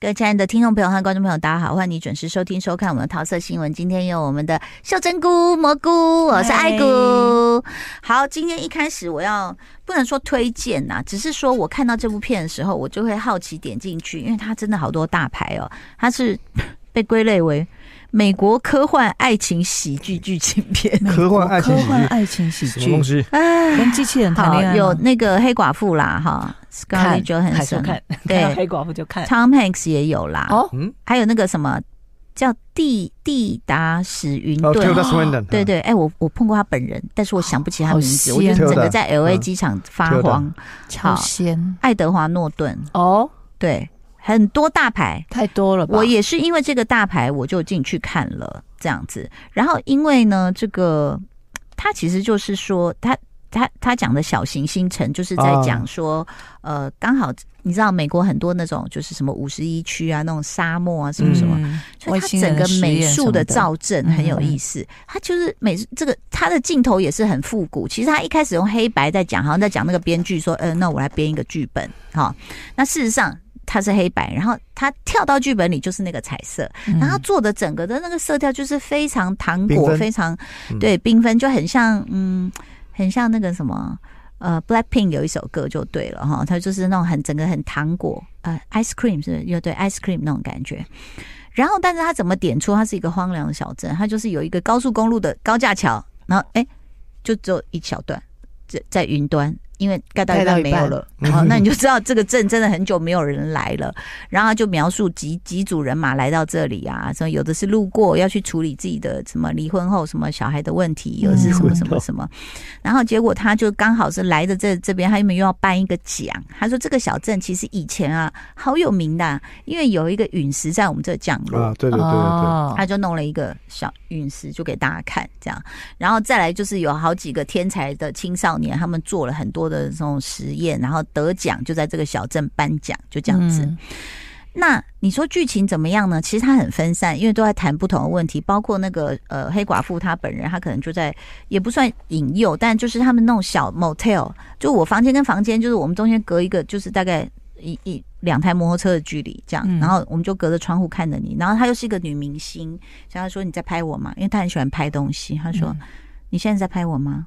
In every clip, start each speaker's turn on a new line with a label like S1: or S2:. S1: 各位亲爱的听众朋友和观众朋友，大家好，欢迎你准时收听收看我们的桃色新闻。今天有我们的秀珍菇、蘑菇，我是爱菇。好，今天一开始我要不能说推荐呐、只是说我看到这部片的时候，我就会好奇点进去，因为它真的好多大牌哦，它是被归类为美国科幻爱情喜剧剧情 片。
S2: 科幻爱情
S3: 科
S2: 喜
S3: 幻
S2: 剧，
S3: 爱情喜
S2: 什么东
S3: 剧，
S2: 西？
S1: 哎，
S3: 跟机器人啊谈
S1: 好，
S3: 恋爱吗
S1: 有那个黑寡妇啦，哈
S3: 看
S1: ，Scarlett
S3: 还是
S1: Johansson，
S3: 看，
S1: 对
S3: 看到黑寡妇就看。
S1: ，Tom Hanks 也有啦。
S3: 哦，
S2: 嗯，
S1: 还有那个什么叫蒂蒂达史云
S2: 哦
S1: 顿。
S2: ，Tilda Swinton，
S1: 对对，哎、我我碰过他本人，但是我想不起他名字，
S3: 好
S1: 我
S3: 鲜
S1: 就
S3: 啊
S1: 整个在 L A
S2: 嗯
S1: 机场发慌。
S3: 超仙
S1: 爱德华诺顿，
S3: 哦，
S1: 对，很多大牌，
S3: 太多了吧？
S1: 我也是因为这个大牌，我就进去看了这样子。然后因为呢，这个他其实就是说，他他他讲的小行星城，就是在
S2: 啊
S1: 讲说，呃，刚好你知道美国很多那种就是什么五十一区啊，那种沙漠啊，什么什么，
S3: 嗯
S1: 所以它整个美术的嗯造阵很有意思，它就是美这个它的镜头也是很复古。其实它一开始用黑白在讲，好像在讲那个编剧说，呃，那我来编一个剧本，好、那事实上它是黑白，然后它跳到剧本里就是那个彩色，
S3: 嗯
S1: 然后它做的整个的那个色调就是非常糖
S2: 缤
S1: 果，
S2: 纷
S1: 非常
S2: 嗯
S1: 对缤纷，就很像嗯，很像那个什么。呃，Blackpink 有一首歌就对了哈，它就是那种很整个很糖果，呃，ice cream 是不是又对 ice cream 那种感觉。然后，但是它怎么点出它是一个荒凉的小镇？它就是有一个高速公路的高架桥，然后哎，就只有一小段在在云端，因为盖到一
S3: 盖到
S1: 半
S3: 一
S1: 没有
S3: 半
S1: 了。好，那你就知道这个镇真的很久没有人来了。然后他就描述几几组人马来到这里啊，什么有的是路过要去处理自己的什么离婚后什么小孩的问题，有的是什么什么什么，然后结果他就刚好是来的这这边，他们又要颁一个奖，他说这个小镇其实以前啊好有名的啊、因为有一个陨石在我们这降落，
S2: 啊，对对对对对，
S3: 哦
S1: 他就弄了一个小陨石，就给大家看这样。然后再来就是有好几个天才的青少年，他们做了很多的这种实验，然后得奖就在这个小镇颁奖，就这样子。
S3: 嗯
S1: 那你说剧情怎么样呢？其实它很分散，因为都在谈不同的问题，包括那个呃黑寡妇她本人，她可能就在也不算引诱，但就是他们那种小 motel，就我房间跟房间，就是我们中间隔一个，就是大概一一两台摩托车的距离这样，
S3: 嗯
S1: 然后我们就隔着窗户看着你，然后她又是一个女明星，所以她说你在拍我吗？因为她很喜欢拍东西，她说、你现在在拍我吗？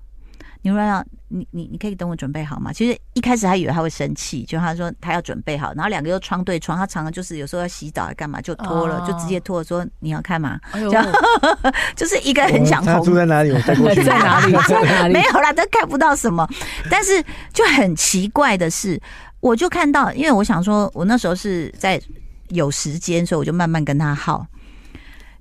S1: 你如果要你你你可以等我准备好吗？其实一开始他以为他会生气，就他说他要准备好，然后两个又窗对窗，他常常就是有时候要洗澡还干嘛就脱了，
S3: 哦
S1: 就直接脱了说你要看嘛，
S3: 哎呦，
S1: 这样 就是一个很想
S2: 哦他住
S1: 红。
S2: 在哪里？我带过去。
S3: 在哪 里？ 在哪里？
S1: 没有啦，都看不到什么。但是就很奇怪的是，我就看到，因为我想说，我那时候是在有时间，所以我就慢慢跟他耗。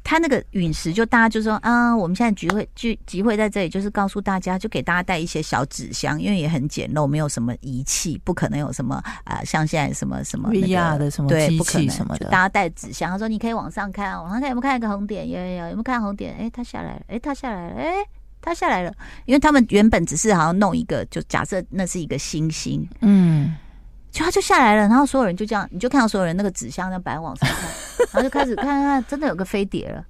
S1: 他那个陨石就大家就说啊，我们现在聚会聚集会在这里，就是告诉大家，就给大家带一些小纸箱，因为也很简陋，没有什么仪器，不可能有什么啊、呃像现在什么什么、那个、
S3: VR 的什么
S1: 对，
S3: 机
S1: 不可能
S3: 器什么
S1: 就
S3: 的
S1: 大家带纸箱。他说你可以往上看啊，往上看有没有看一个红点？有有有，有没有看红点？哎，它下来了，哎，它下来了，哎，它下来了。因为他们原本只是好像弄一个，就假设那是一个星星，
S3: 嗯，
S1: 就他就下来了，然后所有人就这样，你就看到所有人那个纸箱在摆往 上看，然后就开始看看看，真的有个飞碟了，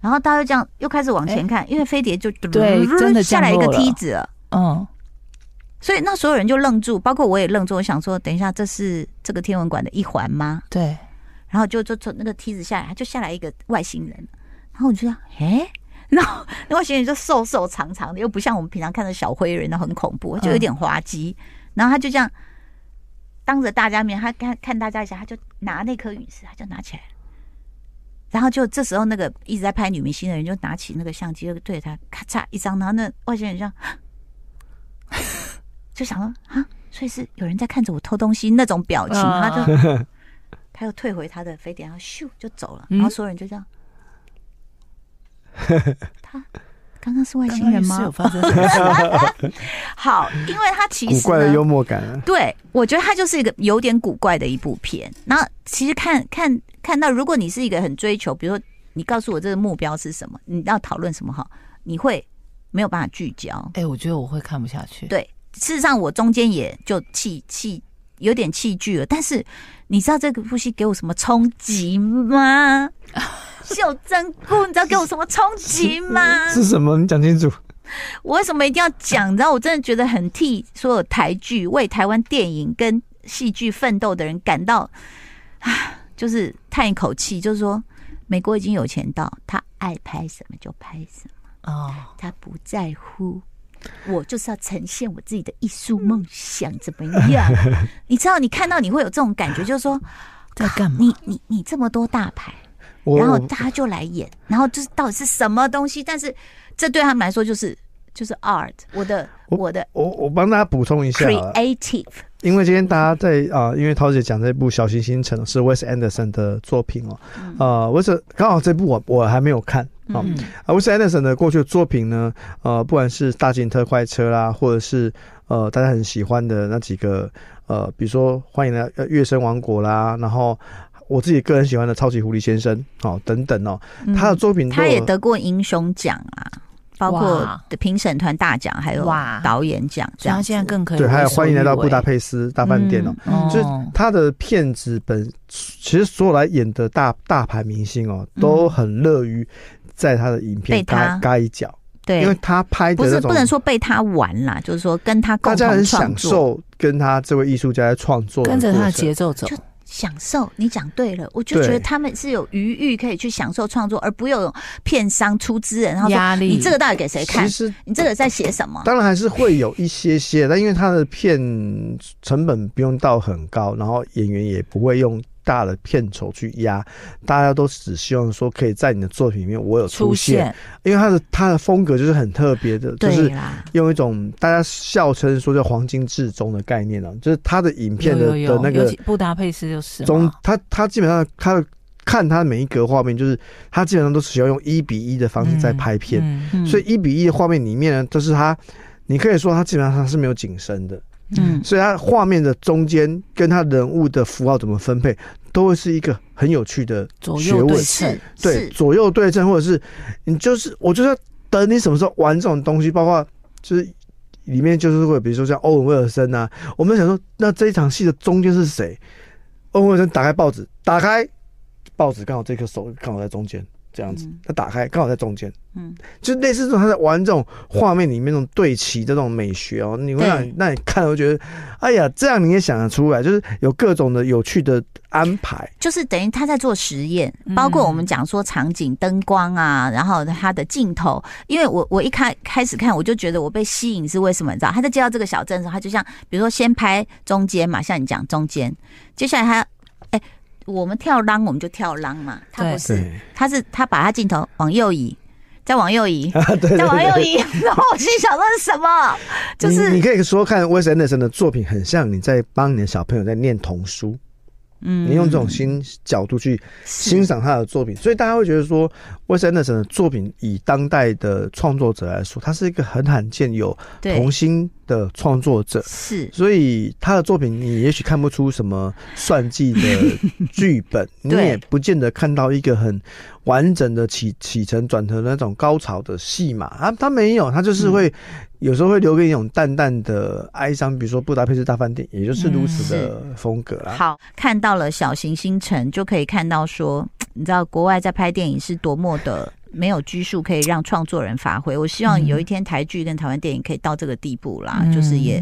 S1: 然后大家就这样又开始往前看，因为飞碟就
S3: 哎对真的
S1: 下
S3: 降落
S1: 来一
S3: 了
S1: 个梯子了，
S3: 嗯，
S1: 所以那所有人就愣住，包括我也愣住，我想说，等一下这是这个天文馆的一环吗？
S3: 对，
S1: 然后就就从那个梯子下来，他就下来一个外星人，然后我就想，哎。然后， 那外星人就瘦瘦长长的，又不像我们平常看的小灰人，那很恐怖，就有点滑稽。然后他就这样当着大家面，他看看大家一下，他就拿那颗陨石，他就拿起来了。然后就这时候，那个一直在拍女明星的人就拿起那个相机，就对着他咔嚓一张，然后那外星人就这样 就想说啊，所以是有人在看着我偷东西那种表情，
S3: 嗯
S1: 他就 他又退回他的飞碟，然后咻就走了，
S3: 嗯
S1: 然后所有人就这 样，他刚刚是外星人
S3: 刚刚也是有
S1: 吗？
S3: 发生什么事
S1: 好，因为他其实
S2: 古怪
S1: 呢
S2: 的幽默感啊，
S1: 对，我觉得它就是一个有点古怪的一部片。那其实看看看到，如果你是一个很追求，比如说你告诉我这个目标是什么，你要讨论什么哈，你会没有办法聚焦。
S3: 哎，我觉得我会看不下去。
S1: 对，事实上我中间也就弃弃有点弃剧了，但是你知道这个部戏给我什么冲击吗？秀珍菇，你知道给我什么冲击吗？
S2: 是什么？你讲清楚。
S1: 我为什么一定要讲？你知道，我真的觉得很替所有台 剧为台湾电影跟戏剧奋斗的人感到，啊，就是叹一口气，就是说美国已经有钱到他爱拍什么就拍什么，
S3: 哦，
S1: 他不在乎。我就是要呈现我自己的艺术梦想，怎么样？ 你知道，你看到你会有这种感觉，就是说，
S3: 在干嘛？
S1: 你你你这么多大牌，
S2: 我
S1: 然后
S2: 我
S1: 大家就来演，然后就是到底是什么东西？但是这对他们来说就是就是 art，我的
S2: 我
S1: 我的
S2: 我我帮大家补充一下啊，
S1: creative，
S2: 因为今天大家在啊、因为涛姐讲这部《小行星城》是 Wes Anderson 的作品哦，呃，我是刚好这部我我还没有看啊、
S1: 嗯
S2: 啊，Wes Anderson 的过去的作品呢，呃，不管是《大型特快车》啦，或者是呃大家很喜欢的那几个呃，比如说《欢迎来呃月升王国》啦，然后我自己个人喜欢的《超级狐狸先生》哦等等哦，他的作品都
S1: 嗯他也
S2: 有
S1: 得过英雄奖啊，包括
S3: 哇
S1: 评审团大奖，还有
S3: 哇
S1: 导演奖这
S3: 所以
S1: 样
S3: 他
S1: 子。
S3: 现在更可以
S2: 对，还有欢迎来到布达
S3: 佩
S2: 佩斯大饭店哦。
S1: 欸嗯
S2: 就是他的片子本，其实所有来演的大大牌明星哦，
S1: 嗯
S2: 都很乐于在他的影
S1: 被
S2: 片
S1: 他
S2: 嘎嘎一脚，因为
S1: 对，
S2: 他拍的
S1: 不
S2: 那
S1: 是
S2: 种
S1: 不，能说被他玩啦，就是说跟他
S2: 大
S1: 共
S2: 家
S1: 同
S2: 很
S1: 创
S2: 享
S1: 作，
S2: 受跟他这位艺术家在创作的
S3: 跟着他
S2: 过
S3: 的
S2: 程
S3: 节奏走
S1: 就，享受。你讲对了，我就
S2: 对
S1: 觉得他们是有余裕可以去享受创作，而不用片商出资人，然后说
S3: 压力
S1: 你这个到底给谁看
S2: 其？实
S1: 你这个在写什么？
S2: 当然还是会有一些些， 但因为他的片成本不用到很高，然后演员也不会用大的片酬去压，大家都只希望说可以在你的作品里面我有
S3: 出
S2: 出现，
S3: 现
S2: 因为他的他的风格就是很特别的，就是
S1: 对啦，
S2: 用一种大家笑称说叫“黄金至中”的概念啊，就是他的影片的
S3: 有有有
S2: 的那
S3: 尤
S2: 个
S3: 其布达佩斯就是嘛
S2: 中，他他基本上他的看他每一格画面，就是他基本上都是喜欢用一比一的方式在拍片，
S3: 嗯
S1: 嗯
S2: 所以一比一的画面里面呢，就是他，你可以说他基本上他是没有景深的，
S1: 嗯
S2: 所以他画面的中间跟他人物的符号怎么分配，都会是一个很有趣的
S3: 左
S2: 学
S3: 右
S2: 问
S3: 对称
S1: 是，
S2: 对
S1: 是，
S2: 左右对称，或者是你就是我就是要等你什么时候玩这种东西，包括就是里面就是会比如说像欧文威尔森啊，我们想说那这一场戏的中间是谁？欧文威尔森打开报纸，打开报纸刚好这颗手刚好在中间这样子
S1: 嗯，
S2: 他打开刚好在中间，
S1: 嗯，
S2: 就类似这种他在玩这种画面里面那种对齐的这种美学哦，你会让
S1: 对
S2: 你让你看了会觉得，哎呀，这样你也想得出来，就是有各种的有趣的安排，
S1: 就是等于他在做实验
S3: 嗯，
S1: 包括我们讲说场景、灯光啊，然后他的镜头。因为我我一开开始看，我就觉得我被吸引是为什么？你知道，他在接到这个小镇的时候，他就像比如说先拍中间嘛，像你讲中间，接下来他哎、我们跳浪我们就跳浪嘛，他不是，
S2: 对。
S1: 他是他把他镜头往右移，再往右 移，
S2: 啊， 对对
S1: 再往
S2: 对
S1: 右
S2: 对
S1: 移， 然后我心想这是什么？就
S2: 你你
S1: 是
S2: 可以说看 Wes Anderson 的作品，很像你在帮你的小朋友在念童书，
S1: 嗯
S2: 你用这种新角度去欣
S1: 是
S2: 赏他的作品，所以大家会觉得说 Wes Anderson 的作品以当代的创作者来说，他是一个很罕见有
S1: 对
S2: 童心的创作者。
S1: 是
S2: 所以他的作品，你也许看不出什么算计的剧本，你
S1: 对
S2: 也不见得看到一个很完整的起起承转合的那种高潮的戏嘛。他他没有，他就是会、有时候会留给你一种淡淡的哀伤，比如说《布达佩斯大饭店》，也就是如此的风格啦。
S1: 好，看到了小行星城，就可以看到说，你知道国外在拍电影是多么的没有拘束，可以让创作人发挥。我希望
S3: 嗯
S1: 有一天台剧跟台湾电影可以到这个地步啦，
S3: 嗯
S1: 就是也，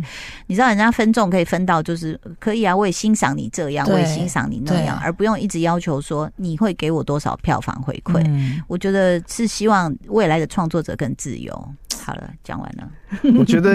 S1: 你知道人家分众可以分到，就是可以啊，我也欣赏你这样，
S3: 对
S1: 我也欣赏你那样，
S3: 对
S1: 而不用一直要求说你会给我多少票房回馈。
S3: 嗯
S1: 我觉得是希望未来的创作者更自由。好了，讲完了。
S2: 我觉得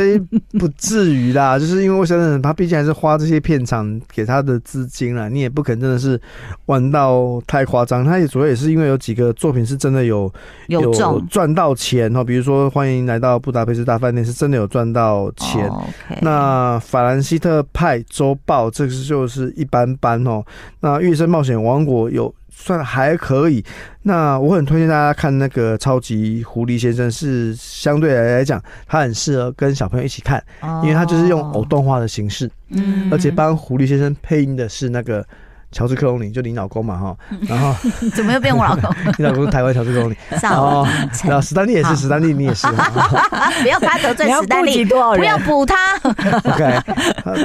S2: 不至于啦， 就是因为 Wes Anderson 他毕竟还是花这些片场给他的资金啦，你也不可能真的是玩到太夸张。他也主要也是因为有几个作品是真的有。
S1: 有重
S2: 赚到钱哦，比如说欢迎来到布达佩斯大饭店，是真的有赚到钱。
S1: 哦，OK，
S2: 那法兰西特派周报这个就是一般般哦。那月升冒险王国有算还可以。那我很推荐大家看那个超级狐狸先生，是相对来讲，他很适合跟小朋友一起看，因为他就是用偶呃
S1: 哦，
S2: 动画的形式，
S1: 嗯
S2: 而且帮狐狸先生配音的是那个乔治克隆尼，就你老公嘛哈。然后
S1: 怎么又变我老公？
S2: 你老公是台湾乔治 克隆尼，
S1: 上
S2: 哦
S1: 凌晨
S2: 然后史丹利也是，史丹利你也是。哦
S1: 啊！ 不要把他得罪史丹利，
S3: 多少
S1: 不要补他。
S2: OK，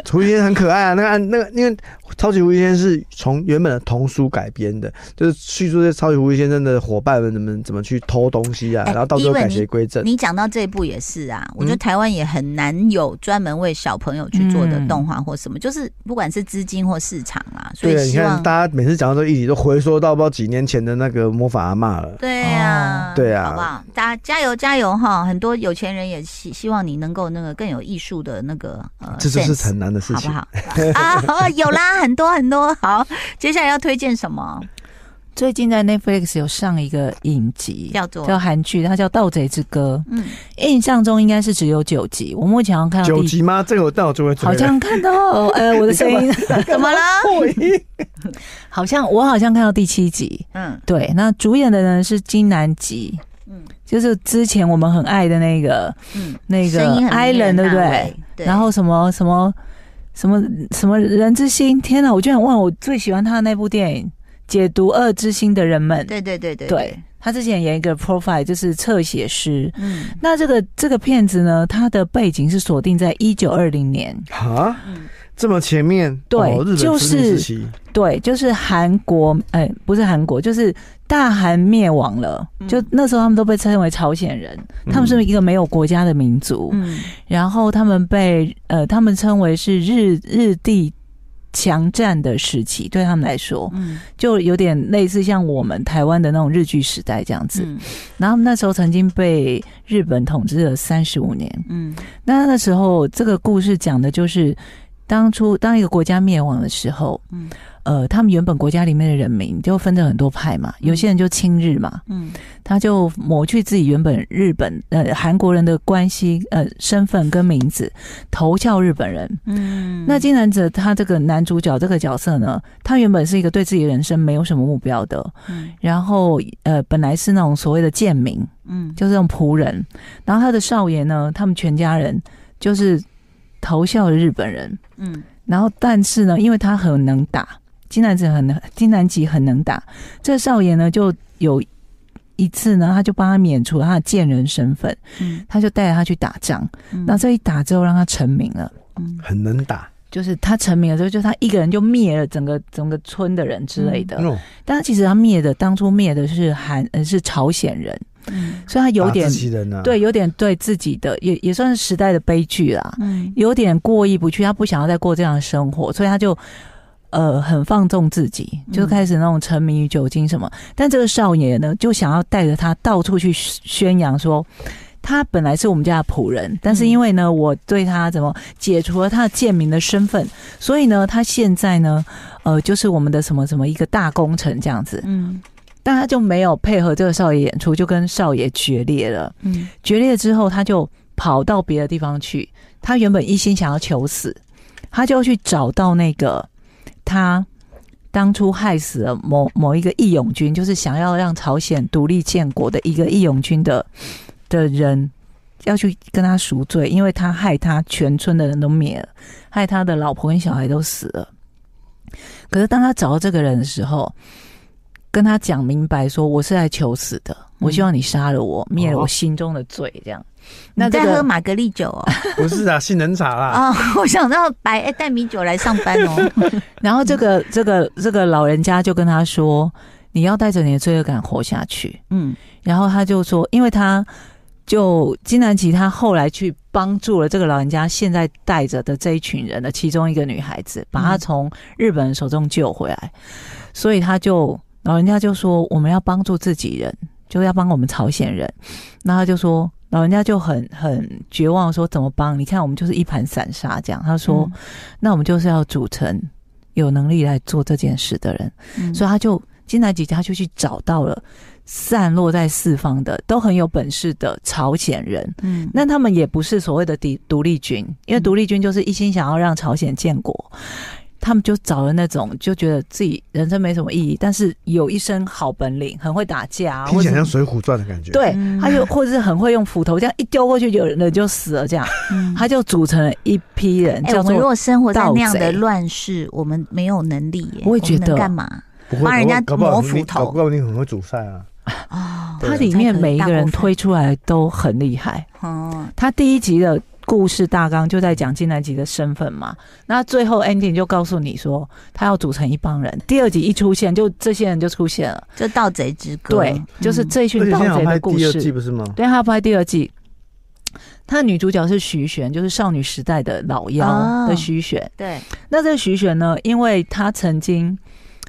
S2: 狐狸先生很可爱啊。那个那个，因为超级狐狸先生是从原本的童书改编的，就是叙述这超级狐狸先生的伙伴们怎么怎么去偷东西啊，
S1: 哎
S2: 然后到最后
S1: 因为
S2: 改邪归正。
S1: 你讲到这一步也是啊，我觉
S2: 嗯
S1: 得台湾也很难有专门为小朋友去做的动画或什么，就是不管是资金或市场啊，所以
S2: 嗯对你
S1: 希
S2: 看
S1: 望
S2: 大家每次讲到这个议题，都回缩到不知道几年前的那个魔法阿嬷了。
S1: 对呀、
S2: 哦对啊
S1: 好不好？大家加油加油哈！很多有钱人也希希望你能够那个更有艺术的那个呃，
S2: 这就是
S1: sense，
S2: 很难的事
S1: 好不
S2: 情，
S1: 好？啊，好有啦，很多很多。好，接下来要推荐什么？
S3: 最近在 Netflix 有上一个影集，
S1: 叫做
S3: 叫韩剧，它叫《盗贼之歌
S1: 嗯，》，
S3: 印象中应该是只有九集，我目前好像看到
S2: 九
S3: 第，
S2: 级吗？这个我但我就会追了
S3: 好像 看到，呃，我的声音，
S1: 怎 么了？
S2: 破音。
S3: 好像我好像看到第七集，
S1: 嗯
S3: 对，那主演的呢是金南吉，
S1: 嗯
S3: 就是之前我们很爱的那个
S1: 嗯，
S3: 那个
S1: 声音很
S3: Island，对不
S1: 那
S3: 对
S1: 位？？对，
S3: 然后什么什么什么什么人之心，天哪！我居然忘了我最喜欢他的那部电影《解读恶之心的人们》。
S1: 对对对对
S3: 对，他之前演一个 profile 就是侧写师。
S1: 嗯
S3: 那这个这个片子呢，它的背景是锁定在一九二零年，
S2: 啊，
S1: 嗯
S2: 这么前面
S3: 对
S2: 哦日本
S3: 就
S2: 殖民时
S3: 是
S2: 期
S3: 对，就是韩国，哎、不是韩国，就是大韩灭亡了，
S1: 嗯
S3: 就那时候他们都被称为朝鲜人，他们是一个没有国家的民族。
S1: 嗯，
S3: 然后他们被呃，他们称为是日日帝强占的时期，对他们来说，
S1: 嗯
S3: 就有点类似像我们台湾的那种日据时代这样子。
S1: 嗯
S3: 然后他们那时候曾经被日本统治了三十五年。
S1: 嗯
S3: 那那时候这个故事讲的就是。当初当一个国家灭亡的时候，
S1: 嗯
S3: 呃，他们原本国家里面的人民就分成很多派嘛，有些人就亲日嘛，
S1: 嗯
S3: 他就抹去自己原本日本呃韩国人的关系呃身份跟名字，投效日本人。
S1: 嗯，
S3: 那金南哲他这个男主角这个角色呢，他原本是一个对自己人生没有什么目标的，
S1: 嗯
S3: 然后呃本来是那种所谓的贱民，
S1: 嗯
S3: 就是那种仆人。然后他的少爷呢，他们全家人就是投效日本人。
S1: 嗯
S3: 然后但是呢，因为他很能打，金南子很能，金南吉很能打，这少爷呢就有一次呢，他就帮他免除了他的贱人身份，
S1: 嗯，
S3: 他就带着他去打仗。
S2: 嗯
S3: 那这一打之后，让他成名了。
S1: 嗯
S2: 很能打
S3: 就是他成名了之后，就他一个人就灭了整个整个村的人之类的。
S2: 那种
S3: 但是其实他灭的当初灭的是韩呃是朝鲜人，
S1: 嗯
S3: 所以他有
S2: 打
S3: 点
S2: 自己人啊呢。
S3: 对有点对自己的也也算是时代的悲剧啦，
S1: 嗯
S3: 有点过意不去，他不想要再过这样的生活，所以他就。呃，很放纵自己，
S1: 嗯
S3: 就开始那种沉迷于酒精什么。但这个少爷呢，就想要带着他到处去宣扬说，他本来是我们家的仆人，但是因为呢，我对他怎么解除了他的贱民的身份，所以呢，他现在呢，呃，就是我们的什么什么一个大功臣这样子。
S1: 嗯
S3: 但他就没有配合这个少爷演出，就跟少爷决裂了。
S1: 嗯
S3: 决裂之后，他就跑到别的地方去。他原本一心想要求死，他就去找到那个他当初害死了某某一个义勇军，就是想要让朝鲜独立建国的一个义勇军的的人，要去跟他赎罪，因为他害他全村的人都灭了，害他的老婆跟小孩都死了。可是当他找到这个人的时候，跟他讲明白说，我是来求死的，我希望你杀了我，灭了我心中的罪，这样。那
S1: 你
S3: 这
S1: 在
S3: 个
S1: 喝玛格丽酒哦？
S2: 不是啊，杏仁茶啦。
S1: 啊， 我想到白哎带米酒来上班哦。
S3: 然后这个这个这个老人家就跟他说：“你要带着你的罪恶感活下去。
S1: 嗯”
S3: 然后他就说：“因为他就金南吉，他后来去帮助了这个老人家现在带着的这一群人的其中一个女孩子，把她从日本人手中救回来。所以他就老人家就说：“我们要帮助自己人，就要帮我们朝鲜人。”那他就说。老人家就很很绝望，说怎么帮？你看我们就是一盘散沙这样。他说：“那我们就是要组成有能力来做这件事的人，
S1: 嗯，
S3: 所以他就金南吉他就去找到了散落在四方的都很有本事的朝鲜人，
S1: 嗯
S3: 那他们也不是所谓的敌独立军，因为
S1: 嗯
S3: 独立军就是一心想要让朝鲜建国。他们就找了那种就觉得自己人生没什么意义，但是有一身好本领，很会打架、啊，
S2: 听
S3: 或
S2: 起
S3: 者
S2: 来像《水浒传》的感觉。，
S3: 对
S1: 嗯，
S3: 他就或者是很会用斧头这样一丢过去，有人就死了这样，
S1: 嗯
S3: 他就组成了一批人，
S1: 哎，
S3: 叫
S1: 我们如
S3: 做
S1: 果生活在那样
S3: 盗
S1: 的
S3: 贼
S1: 乱世，我们没有能力耶，
S3: 我也觉
S1: 们能
S3: 得
S1: 干嘛
S2: 不会
S1: 帮人家
S2: 搞不好
S1: 磨
S2: 你
S1: 斧头
S2: 搞不好你很会煮菜啊。
S1: 哦，
S2: 对
S3: 它
S2: 啊
S3: 里面每一个人推出来都很厉害。
S1: 哦，
S3: 他第一集的故事大纲就在讲金南吉的身份嘛，那最后 ending 就告诉你说他要组成一帮人。第二集一出现，就这些人就出现了，
S1: 就盗贼之歌，嗯
S3: 对，就是这一
S2: 嗯而
S3: 群
S2: 且
S3: 盗
S2: 现在有
S3: 贼
S2: 拍
S3: 的故
S2: 第二季
S3: 事。
S2: 不是吗？
S3: 对，他要拍第二季。他的女主角是徐玄，就是少女时代的老妖
S1: 哦
S2: 啊
S3: 的徐玄。
S1: 对，
S3: 那这个徐玄呢，因为他曾经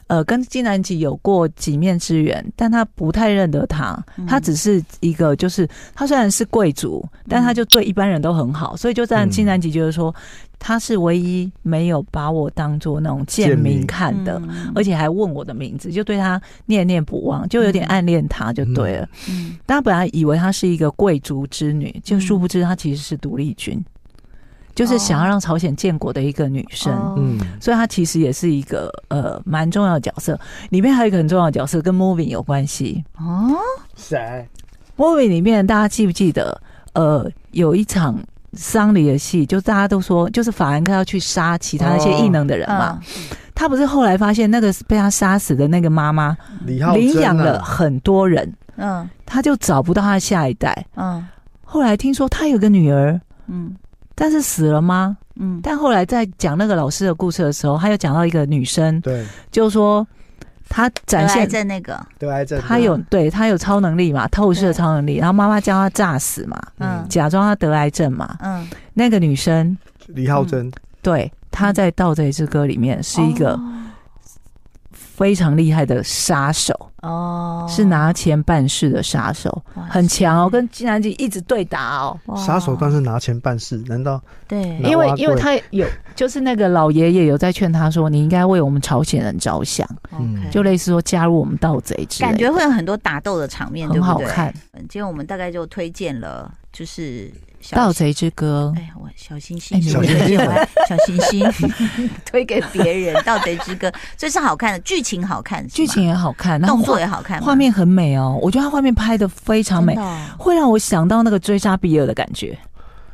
S3: 呃，跟金南吉有过几面之缘，但他不太认得他，
S1: 嗯
S3: 他只是一个就是他虽然是贵族，但
S1: 嗯
S3: 他就对一般人都很好，所以就让
S2: 嗯
S3: 金南吉觉得说他是唯一没有把我当做那种贱
S2: 贱民
S3: 民看的。
S1: 嗯
S3: 而且还问我的名字，就对他念念不忘，就有点暗恋他，就对了。
S1: 嗯
S3: 大家本来以为她是一个贵族之女，就
S1: 嗯
S3: 殊不知她其实是独立军，就是想要让朝鲜建国的一个女生。
S1: 哦
S2: 嗯，
S3: 所以她其实也是一个呃蛮重要的角色，里面还有一个很重要的角色跟 Moving 有关系。
S1: 哦，
S2: 谁？
S3: Moving 里面大家记不记得？呃，有一场丧礼的戏，就大家都说，就是法兰克要去杀其他那些异能的人
S1: 嗯
S3: 嘛。他不是后来发现那个被他杀死的那个妈妈
S2: 李浩
S3: 领养
S2: 真啊
S3: 了很多人，
S1: 嗯
S3: 他就找不到他的下一代。
S1: 嗯
S3: 后来听说他有个女儿，
S1: 嗯
S3: 但是死了吗？
S1: 嗯，
S3: 但后来在讲那个老师的故事的时候，他又讲到一个女生，
S2: 对
S3: 就是说她展现
S1: 在那个
S2: 得癌症，
S3: 她有对她有超能力嘛，透视的超能力，然后妈妈叫她炸死嘛，
S1: 嗯
S3: 假装她得癌症嘛。
S1: 嗯
S3: 那个女生
S2: 李浩真，
S3: 嗯对她在《盗贼之歌》里面是一个
S1: 嗯哦
S3: 非常厉害的杀手，
S1: 哦，
S3: 是拿钱办事的杀手，
S1: 哇
S3: 很强哦，跟金南吉一直对打哦。
S1: 哇
S2: 杀手但是拿钱办事，难道
S1: 对
S2: 拿
S3: 因为
S2: 挖
S3: 因为
S2: 贵
S3: 他有就是那个老爷爷有在劝他说，你应该为我们朝鲜人着想，
S2: 嗯
S1: OK
S3: 就类似说加入我们盗贼之类
S1: 感
S3: 的
S1: 觉会有很多打斗的场面，对
S3: 很
S1: 不
S3: 好
S1: 对？
S3: 看。
S1: 嗯今天我们大概就推荐了，就是小
S3: 盗。贼之歌
S1: 哎，呀，我小星星，
S3: 哎你
S2: 小星星
S1: 我小星星 推给别人，《盗贼之 歌》这是好看的，剧情好看，是
S3: 剧
S1: 吗
S3: 情也好看，然后
S1: 动
S3: 画
S1: 作也好看吗，
S3: 画面很美哦，我觉得他画面拍的非常美
S1: 真，的哦
S3: 会让我想到那个追杀比尔的感觉，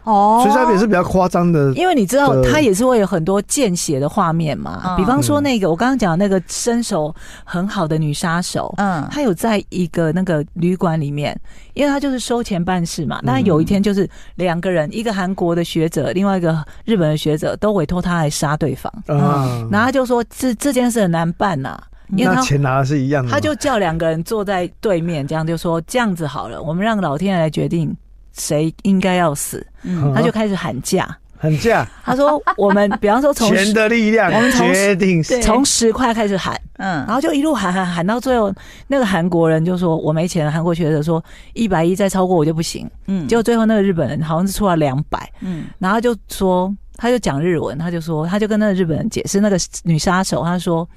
S1: 哦，
S2: 追杀比是比较夸张的？
S3: 因为你知道
S2: 对
S3: 他也是会有很多见血的画面嘛，
S1: 嗯
S3: 比方说那个我刚刚讲的那个身手很好的女杀手，
S1: 嗯，
S3: 他有在一个那个旅馆里面，因为他就是收钱办事嘛。那有一天就是两个人，一个韩国的学者，另外一个日本的学者，都委托他来杀对方。
S2: 啊，
S3: 然后他就说这这件事很难办呐、嗯因为
S2: 那
S3: 他
S2: 钱拿的是一样的吗，
S3: 他就叫两个人坐在对面，这样就说这样子好了，我们让老天爷来决定谁应该要死。
S1: 嗯
S3: 他就开始喊价，
S2: 很价，
S3: 他说 我们比方说从
S2: 钱的力量
S3: 我们从
S2: 决定是
S1: 对
S3: 从十块开始喊。
S1: 嗯，
S3: 然后就一路喊喊喊到最后，那个韩国人就说：“我没钱了。”韩国学者说：“一百一再超过我就不行。”
S1: 嗯
S3: 结果最后那个日本人好像是出了两百，
S1: 嗯
S3: 然后就说，他就讲日文，他就说，他就跟那个日本人解释那个女杀手，他说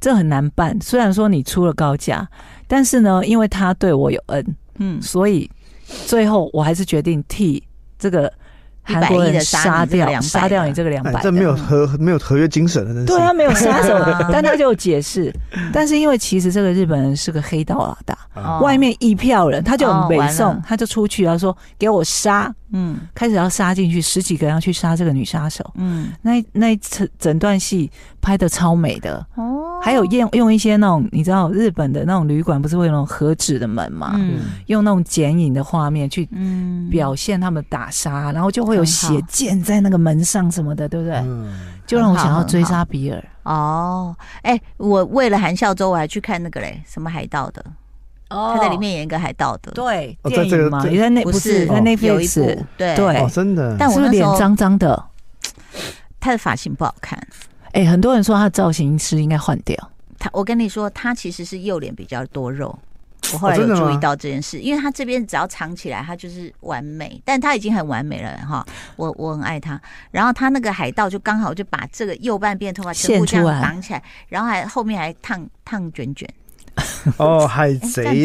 S3: 这很难办，虽然说你出了高价，但是呢，因为他对我有恩，
S1: 嗯，
S3: 所以最后我还是决定替这个韩国
S1: 110
S3: 人
S1: 的杀
S3: 杀
S1: 你这个
S3: 掉
S1: 200
S3: 杀掉你这个两
S2: 哎
S3: 百，
S2: 这没有合没有合约精神的，真是
S3: 对他啊没有杀手
S1: 对 啊，
S3: 但他就有解释。但是因为其实这个日本人是个黑道老大，
S1: 哦
S3: 外面一票人，他就
S1: 哦
S3: 很北
S1: 完了
S3: 宋，他就出去，他说给我杀，
S1: 嗯
S3: 开始要杀进去，十几个人要去杀这个女杀手。
S1: 嗯
S3: 那一那一整整段戏拍的超美的，
S1: 哦
S3: 还有用用一些那种你知道日本的那种旅馆不是会有那种盒子的门嘛，
S1: 嗯
S3: 用那种剪影的画面去
S1: 嗯
S3: 表现他们打杀，然后就会有
S1: 很好
S3: 血溅在那个门上什么的，对不对？
S2: 嗯，
S3: 就让我想
S1: 很
S3: 要
S1: 好
S3: 追杀比尔。
S1: 哦，哎，我为了韩孝周，我还去看那个嘞，什么海盗的，
S3: 哦
S1: 他在里面演一个海盗的，
S3: 对
S2: 哦在
S3: 电
S2: 这个
S3: 影嘛，
S2: 这
S3: 也在那不
S1: 是哦
S3: 是在那
S1: 有
S3: 部
S1: 一部
S3: 是，
S1: 对
S3: 对
S2: 哦，真的，
S1: 但
S3: 是
S1: 我
S3: 不是
S1: 那时
S3: 脸
S1: 候
S3: 脏脏的？
S1: 他的发型不好看。
S3: 哎，很多人说他的造型师应该换掉。
S1: 他，我跟你说，他其实是右脸比较多肉。我后来
S2: 哦
S1: 有
S2: 真的
S1: 注
S2: 吗
S1: 意到这件事，因为他这边只要藏起来，他就是完美，但他已经很完美了哈。我我很爱他，然后他那个海盗就刚好就把这个右半边头发全部这
S3: 现出来
S1: 样绑起来，然后还后面还烫烫卷卷。
S2: 哦，海
S1: 哎
S2: 贼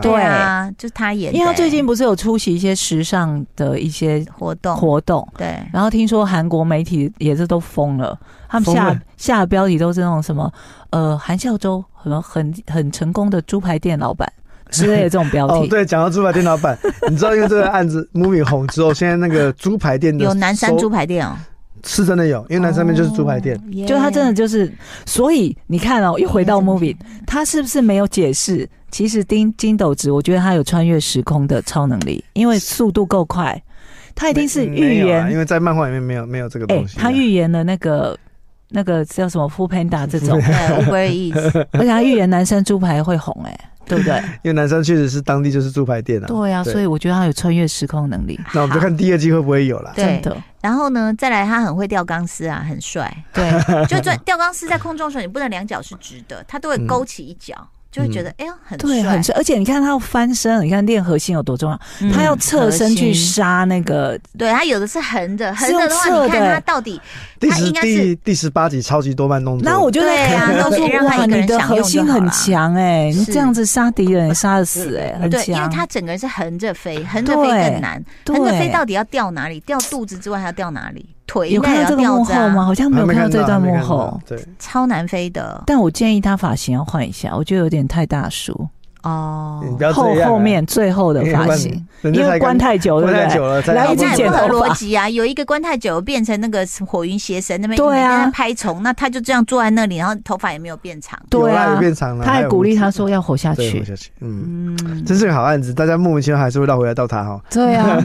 S1: 这样讲吗对啊，就他演的，
S3: 因为他最近不是有出席一些时尚的一些
S1: 活动
S3: 活动，
S1: 对，
S3: 然后听说韩国媒体也是都疯了，他们
S2: 疯
S3: 下
S2: 了
S3: 下的标题都是那种什么呃韩孝周很很很成功的猪排店老板之类的这种标
S2: 哦
S3: 题，，
S2: 对，讲到猪排店老 板，你知道因为这个案子 movie 红之后，现在那个猪排店的
S1: 有南山
S2: 收
S1: 猪排店哦，
S2: 是真的有，因为南山面就是猪排店，
S1: 哦，
S3: 就他真的
S1: 耶
S3: 就是，所以你看哦，又回到 movie，他是不是没有解释？其实丁金斗子，我觉得他有穿越时空的超能力，因为速度够快，他一定是
S2: 没没
S3: 预
S2: 有啦
S3: 言
S2: 因为在漫画里面没有没有这个
S3: 哎、
S2: 东西啊。
S3: 他预言了那个 那个叫什么 f o o Panda 这种，
S1: 对 Uber Eats，
S3: 而且他预言男生猪排会红、哎，对 不对？
S2: 因为男生确实是当地就是猪排店啊。
S3: 对呀、所以我觉得他有穿越时空能力，
S2: 那我们就看第二季会不会有啦。
S1: 对
S3: 真的。
S1: 然后呢，再来他很会吊钢丝啊，很帅。
S3: 对，
S1: 就转吊钢丝在空中的时候，你不能两脚是直的，他都会
S2: 嗯
S1: 勾起一脚，就会觉得哎呀很
S3: 对，
S1: 帅
S3: 很。深，而且你看他要翻身，你看练核心有多重要，
S1: 嗯
S3: 他要侧身去
S1: 核心
S3: 杀那个，
S1: 对他有的是横着，横
S3: 是用
S1: 着的话，
S3: 侧
S1: 你看
S3: 的
S1: 他到底
S2: 第
S1: 他
S2: 十
S1: 应该是
S2: 第第十八集超级多慢动作，
S3: 然后我就在
S1: 对啊
S3: 看，
S1: 都可以让他
S3: 哇，
S1: 一个人
S3: 你的
S1: 享用
S3: 核心
S1: 就好
S3: 很
S1: 啦
S3: 强哎，你
S1: 是
S3: 这样子杀敌人也杀得死哎，很
S1: 对，因为
S3: 强。
S1: 他整个人是横着飞，横着飞更难。
S3: 对
S1: 横着飞到底要掉哪里？掉肚子之外还要掉哪里？腿
S3: 有
S1: 应该
S3: 看
S1: 也
S3: 到
S1: 要
S3: 这个
S1: 掉
S3: 幕
S1: 着、
S3: 后吗？
S1: 啊，
S3: 好像没有看到这段幕后，
S2: 还没看到。还没看到
S1: 超难飞的
S3: 但我建议他发型要换一下，我觉得有点太大叔，
S1: 哦
S2: 对，。你不要
S3: 后
S2: 这样啊
S3: 后面最后的发型，，
S2: 人
S3: 因
S2: 啊家才
S3: 为关
S2: 刚
S3: 太久，对
S2: 关
S3: 不
S2: 太
S3: 对？
S2: 久了，才
S3: 来
S2: 好
S3: 不
S2: 不
S1: 这
S3: 及
S1: 样也
S2: 容易
S3: 剪
S1: 不合
S3: 头发
S1: 逻辑啊！有一个关太久变成那个火云邪神那边，
S3: 对啊
S1: 你跟他拍虫，那他就这样坐在那里，然后头发也没有变长。
S2: 有
S3: 对
S2: 啦
S3: 啊
S2: 也，变长了，
S3: 他还
S2: 有
S3: 鼓励
S2: 胡子
S3: 他说要活下
S2: 对
S3: 去
S2: 活，下去，嗯，
S3: 嗯，
S2: 真是个好案子，大家莫名其妙还是会绕回来到他哈。
S3: 对啊，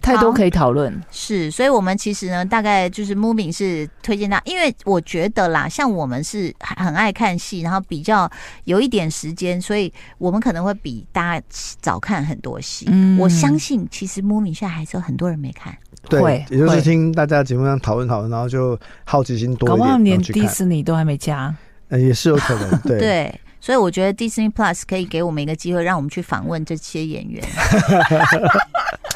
S3: 太 多
S1: 好
S3: 可以讨论，
S1: 是，所以我们其实呢，大概就是 Moving 是推荐大家，因为我觉得啦，像我们是很很爱看戏，然后比较有一点时间，所以我们可能会比大家早看很多戏。
S3: 嗯
S1: 我相信，其实 Moving 现在还是有很多人没看。
S2: 对
S3: 会，
S2: 也就
S3: 会
S2: 是听大家节目上讨论讨论，然后就好奇心多
S3: 搞
S2: 一
S3: 不
S2: 点，
S3: 好
S2: 然
S3: 连
S2: 后去
S3: 迪
S2: 看，
S3: 士尼都还没加，
S2: 呃也是有可 能，对，
S1: 对，所以我觉得 Disney Plus 可以给我们一个机会，让我们去访问这些演 员，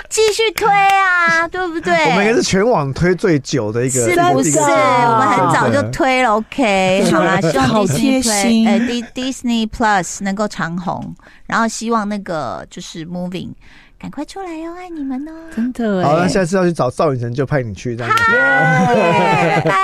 S1: 继续推啊，对不对？
S2: 我们应该是全网推最久的一个，
S1: 是
S2: 一个
S1: 不
S2: 一
S1: 是？
S2: 个
S1: 我们很早就推了，OK，好啦，希望
S3: 好
S1: Disney
S3: 贴
S1: Play
S3: 心
S1: 呃 D Disney Plus 能够长红，然后希望那个就是 Moving 赶快出来哦，爱你们哦，
S3: 真的
S2: 好，那
S3: 哎。
S2: 下次要去找赵寅成就派你去这样子。
S1: 拜拜。